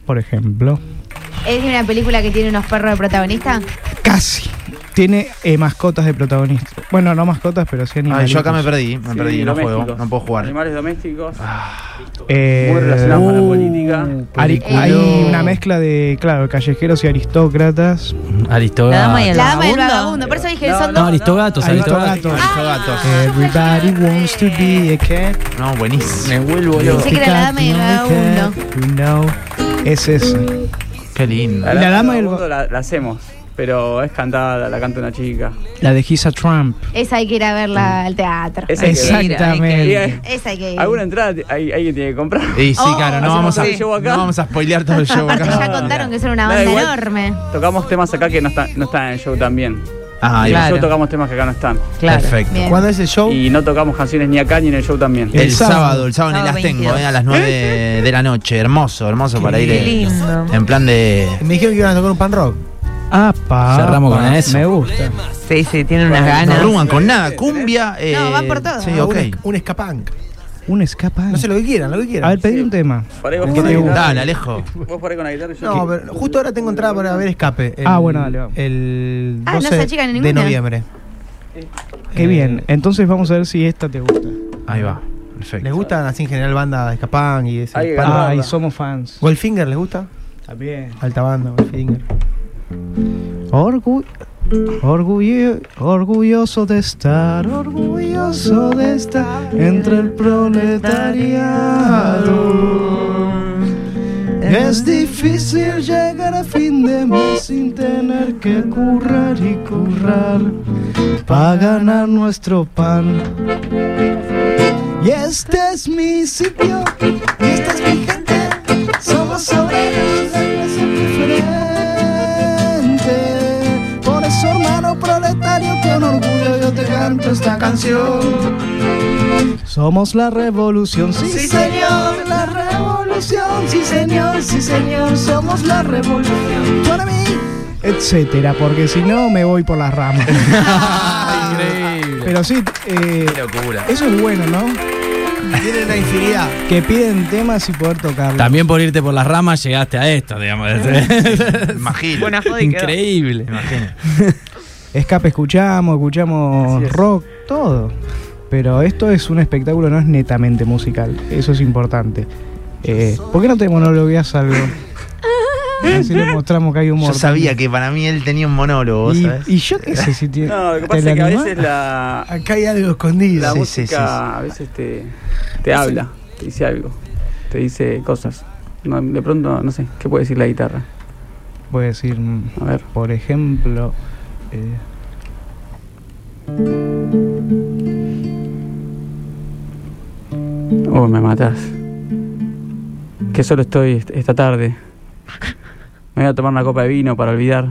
[SPEAKER 2] por ejemplo,
[SPEAKER 6] ¿Es de una película que tiene unos perros de protagonista?
[SPEAKER 2] casi tiene eh, mascotas de protagonista. Bueno, no mascotas, pero sí
[SPEAKER 1] Ay,
[SPEAKER 2] animales.
[SPEAKER 1] yo acá me perdí, me
[SPEAKER 3] Sí,
[SPEAKER 1] perdí, no
[SPEAKER 3] domésticos.
[SPEAKER 1] juego, no puedo jugar. Ah.
[SPEAKER 3] Animales domésticos.
[SPEAKER 2] Eh,
[SPEAKER 3] Muy relacionado con la
[SPEAKER 2] uh,
[SPEAKER 3] política.
[SPEAKER 2] ari-
[SPEAKER 5] Peliculón.
[SPEAKER 2] hay una mezcla de, claro, callejeros y aristócratas.
[SPEAKER 5] La dama y
[SPEAKER 7] Aristógatos.
[SPEAKER 5] el
[SPEAKER 6] La dama y el
[SPEAKER 5] vagabundo.
[SPEAKER 6] vagabundo. Por eso dije,
[SPEAKER 3] No,
[SPEAKER 6] son
[SPEAKER 7] No,
[SPEAKER 6] dos.
[SPEAKER 7] Aristogatos, Aristogatos.
[SPEAKER 2] Aristogatos.
[SPEAKER 1] Aristogatos.
[SPEAKER 2] Ah. Everybody wants to be a cat.
[SPEAKER 1] No, buenísimo.
[SPEAKER 3] Me vuelvo
[SPEAKER 2] Yo
[SPEAKER 3] loco.
[SPEAKER 6] Pensé que era la dama y el vagabundo.
[SPEAKER 2] Es eso.
[SPEAKER 1] Qué lindo.
[SPEAKER 2] La dama del-
[SPEAKER 3] mundo la, la hacemos, pero es cantada, la canta una chica.
[SPEAKER 2] La de Giza Trump.
[SPEAKER 6] Esa hay que ir a verla al teatro.
[SPEAKER 3] Esa hay que ver. Y
[SPEAKER 2] Exactamente.
[SPEAKER 3] hay-
[SPEAKER 6] Esa hay que ir.
[SPEAKER 3] alguna entrada te- hay- alguien tiene que comprar.
[SPEAKER 1] Y sí,
[SPEAKER 6] Oh,
[SPEAKER 1] claro, no
[SPEAKER 3] hacemos
[SPEAKER 1] vamos, a,
[SPEAKER 3] todo el show acá.
[SPEAKER 1] no vamos a spoilear todo el show
[SPEAKER 6] Aparte ya
[SPEAKER 1] acá.
[SPEAKER 6] contaron que son una
[SPEAKER 3] Da
[SPEAKER 6] banda
[SPEAKER 3] igual.
[SPEAKER 6] enorme.
[SPEAKER 3] Tocamos temas acá que no están no están en el show también.
[SPEAKER 1] Ah, ahí
[SPEAKER 3] En
[SPEAKER 1] va.
[SPEAKER 3] el
[SPEAKER 5] Claro.
[SPEAKER 3] show tocamos temas que acá no están.
[SPEAKER 5] Claro.
[SPEAKER 1] perfecto.
[SPEAKER 6] Bien.
[SPEAKER 4] ¿Cuándo es el show?
[SPEAKER 3] Y no tocamos canciones ni acá ni en el show también.
[SPEAKER 1] El,
[SPEAKER 2] El sábado.
[SPEAKER 1] sábado, el sábado en el
[SPEAKER 5] Sábado
[SPEAKER 1] Astengo,
[SPEAKER 5] 22.
[SPEAKER 1] eh, a las 9 de la noche. Hermoso, hermoso para ir
[SPEAKER 5] Qué
[SPEAKER 1] eh,
[SPEAKER 5] lindo.
[SPEAKER 1] en plan de.
[SPEAKER 4] Me dijeron que iban a tocar un pan rock.
[SPEAKER 2] Ah, pa.
[SPEAKER 7] Cerramos con eso.
[SPEAKER 2] Me gusta.
[SPEAKER 5] Sí, sí, tienen unas
[SPEAKER 1] No
[SPEAKER 5] ganas.
[SPEAKER 1] ruban con nada, cumbia. Eh,
[SPEAKER 6] No, van por todo.
[SPEAKER 1] Sí,
[SPEAKER 4] Ah,
[SPEAKER 1] ok.
[SPEAKER 4] Un, un escapunk.
[SPEAKER 2] Un escapado.
[SPEAKER 4] No sé lo que quieran, lo que
[SPEAKER 2] A
[SPEAKER 4] quieran.
[SPEAKER 2] ver, pedí un tema.
[SPEAKER 3] Por ahí vos
[SPEAKER 2] ¿Qué
[SPEAKER 3] por
[SPEAKER 2] te
[SPEAKER 3] ahí con la
[SPEAKER 2] gusta?
[SPEAKER 1] Dale,
[SPEAKER 3] guitarra.
[SPEAKER 1] Alejo.
[SPEAKER 3] Vos por ahí con la guitarra y yo.
[SPEAKER 4] No, pero justo ahora tengo entrada para ver escape. El-
[SPEAKER 2] Ah, bueno, dale, vamos.
[SPEAKER 4] El
[SPEAKER 6] Ah, no
[SPEAKER 4] 12
[SPEAKER 6] se achican en
[SPEAKER 4] de
[SPEAKER 6] ninguna.
[SPEAKER 4] noviembre.
[SPEAKER 2] Qué bien. Entonces vamos a ver si esta te gusta.
[SPEAKER 1] Ahí va.
[SPEAKER 4] ¿Les
[SPEAKER 1] Perfecto.
[SPEAKER 4] gustan así en general bandas de escapunk y ese?
[SPEAKER 3] Ahí,
[SPEAKER 4] pan rock?
[SPEAKER 3] banda.
[SPEAKER 2] Ay, somos fans.
[SPEAKER 4] ¿Goldfinger les gusta?
[SPEAKER 2] También.
[SPEAKER 4] Alta banda, Goldfinger.
[SPEAKER 2] Orgu- orgullo- orgulloso de estar, orgulloso de estar entre el proletariado. Es difícil llegar a fin de mes sin tener que currar y currar para ganar nuestro pan. Y este es mi sitio, y esta es mi gente, somos obreros de clase diferente. Por eso, hermano proletario, con orgullo yo te canto esta canción. Somos la revolución, sí, señor, la revolución, sí señor, sí señor, somos la revolución. Para mí, etcétera, porque si no me voy por las [laughs] ramas.
[SPEAKER 7] Ah, Increíble.
[SPEAKER 2] Pero sí, eh,
[SPEAKER 1] Qué locura.
[SPEAKER 2] eso es bueno, ¿no?
[SPEAKER 4] Tiene una infinidad.
[SPEAKER 2] Que piden temas y poder tocarlos.
[SPEAKER 7] También por irte por las ramas llegaste a esto, digamos.
[SPEAKER 1] Imagino.
[SPEAKER 5] Buena joda y quedó.
[SPEAKER 1] [laughs]
[SPEAKER 7] Increíble.
[SPEAKER 1] Imagino.
[SPEAKER 2] Escape escuchamos, escuchamos
[SPEAKER 3] Así es.
[SPEAKER 2] rock, todo. Pero esto es un espectáculo, no es netamente musical. Eso es importante. Eh, ¿Por qué no te monologueas algo? Así le mostramos que hay humor.
[SPEAKER 1] Yo sabía que para mí él tenía un monólogo,
[SPEAKER 2] Y,
[SPEAKER 1] [laughs] ¿sabes?
[SPEAKER 2] y yo qué sé si tiene.
[SPEAKER 3] No, lo que
[SPEAKER 2] ¿te
[SPEAKER 3] pasa
[SPEAKER 2] la
[SPEAKER 3] es que a
[SPEAKER 2] animás?
[SPEAKER 3] veces la,
[SPEAKER 4] Acá hay algo escondido.
[SPEAKER 3] la
[SPEAKER 1] Sí, sí,
[SPEAKER 3] música
[SPEAKER 1] sí, sí.
[SPEAKER 3] a veces te, te habla, te dice algo, te dice cosas. No, de pronto, no sé, ¿qué puede decir la guitarra?
[SPEAKER 2] Voy a decir, mm,
[SPEAKER 3] A ver.
[SPEAKER 2] por ejemplo. eh,
[SPEAKER 3] Oh, me matás. Que solo estoy est- esta tarde. Me voy a tomar una copa de vino para olvidar.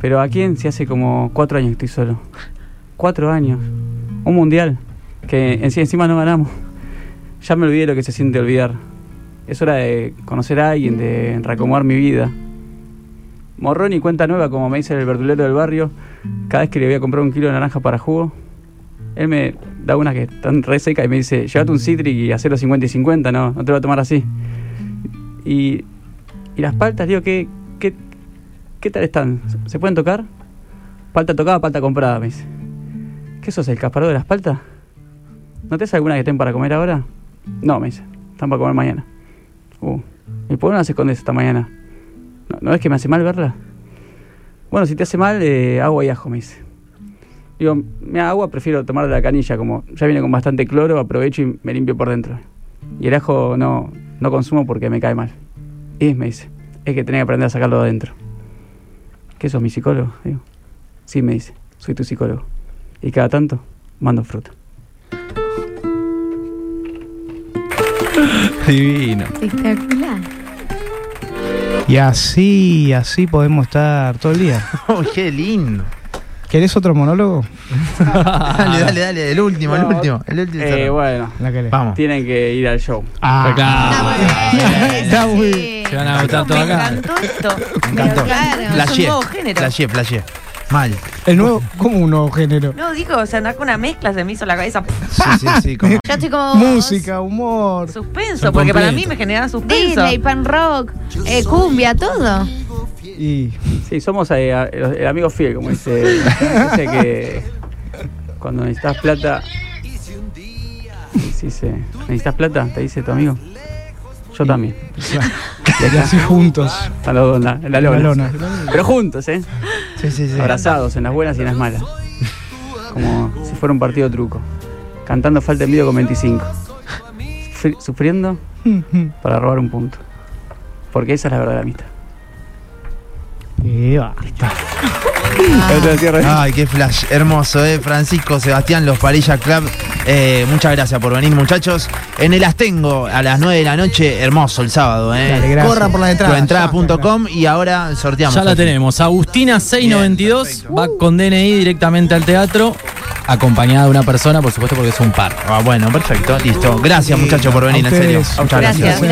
[SPEAKER 3] Pero ¿a quién? Si hace como cuatro años que estoy solo. Cuatro años. Un mundial. Que en sí encima no ganamos. Ya me olvidé lo que se siente olvidar. Es hora de conocer a alguien, de reacomodar mi vida. Morrón y cuenta nueva, como me dice el verdulero del barrio. Cada vez que le voy a comprar un kilo de naranja para jugo, él me da una que están re seca y me dice, llévate un Citric y hacelo 50 y 50, no, no te lo va a tomar así. Y, y las paltas, digo, ¿qué, qué, qué tal están? ¿Se pueden tocar? Palta tocada, palta comprada, me dice. ¿Qué sos, el casparó de las paltas? ¿No te hace alguna que estén para comer ahora? No, me dice, están para comer mañana. Uh, ¿y por qué no las escondes esta mañana? ¿No, no ves que me hace mal verla? Bueno, si te hace mal, eh, agua y ajo, me dice. Digo, me agua prefiero tomar de la canilla, como ya viene con bastante cloro, aprovecho y me limpio por dentro. Y el ajo no, no consumo porque me cae mal. Y me dice, es que tenés que aprender a sacarlo de adentro. ¿Qué sos mi psicólogo? Digo, sí, me dice, soy tu psicólogo. Y cada tanto, mando fruta.
[SPEAKER 7] Divino.
[SPEAKER 6] Espectacular.
[SPEAKER 2] y así, así podemos estar todo el día.
[SPEAKER 1] Oh, qué lindo.
[SPEAKER 2] ¿Querés otro monólogo?
[SPEAKER 1] [laughs]
[SPEAKER 7] Ah.
[SPEAKER 1] Dale,
[SPEAKER 7] [laughs]
[SPEAKER 1] dale, dale. El último, el
[SPEAKER 3] No,
[SPEAKER 1] último. El último.
[SPEAKER 3] Eh, bueno,
[SPEAKER 2] La que le-
[SPEAKER 1] Vamos.
[SPEAKER 3] tienen que ir al show.
[SPEAKER 2] Ah, Está muy bien.
[SPEAKER 7] Se van a agotar todo
[SPEAKER 5] Me
[SPEAKER 7] acá.
[SPEAKER 5] encantó esto. Me
[SPEAKER 1] encantó.
[SPEAKER 5] Claro, es un
[SPEAKER 1] Flashé,
[SPEAKER 5] nuevo género.
[SPEAKER 1] flashé, flashé. Mal.
[SPEAKER 2] El nuevo, como un nuevo género.
[SPEAKER 5] No, digo, o sea, con una mezcla se me hizo la cabeza.
[SPEAKER 1] Sí, sí, sí. como-
[SPEAKER 6] Yo estoy como. vos.
[SPEAKER 2] Música, humor.
[SPEAKER 5] Suspenso, porque para mí me generaba suspenso.
[SPEAKER 6] Disney, pan rock, eh, cumbia, todo.
[SPEAKER 2] Y [laughs]
[SPEAKER 3] Sí, somos eh, a- el, el amigo fiel, como dice. dice que cuando necesitas plata. Sí, sí, ¿Necesitas plata? Te dice tu amigo. Yo también.
[SPEAKER 2] y así juntos.
[SPEAKER 3] Están los dos en la, en la
[SPEAKER 2] En la
[SPEAKER 3] lona.
[SPEAKER 2] lona.
[SPEAKER 3] Pero juntos, ¿eh?
[SPEAKER 1] Sí, sí, sí.
[SPEAKER 3] Abrazados en las buenas y en las malas. Como si fuera un partido de truco. Cantando falta en vivo con 25. Sufri- Sufriendo para robar un punto. Porque esa es la verdadera amistad.
[SPEAKER 2] Y va.
[SPEAKER 3] Esto es cierre.
[SPEAKER 1] Ay, qué flash, hermoso, eh. Francisco, Sebastián, los Parilla Club. eh, muchas gracias por venir, muchachos. En el Astengo, a las 9 de la noche, hermoso el sábado,
[SPEAKER 2] Dale,
[SPEAKER 1] eh.
[SPEAKER 2] gracias.
[SPEAKER 4] Corran por la entrada.
[SPEAKER 1] Tuentrada.com y ahora sorteamos.
[SPEAKER 7] Ya la
[SPEAKER 1] Sofi.
[SPEAKER 7] tenemos. Agustina 692
[SPEAKER 1] Bien,
[SPEAKER 7] va con DNI directamente al teatro, acompañada de una persona, por supuesto, porque es un par.
[SPEAKER 1] Ah, bueno, perfecto, listo. Gracias, muchachos, por venir,
[SPEAKER 2] A
[SPEAKER 1] en serio.
[SPEAKER 2] ustedes.
[SPEAKER 1] Muchas
[SPEAKER 5] Gracias.
[SPEAKER 1] gracias.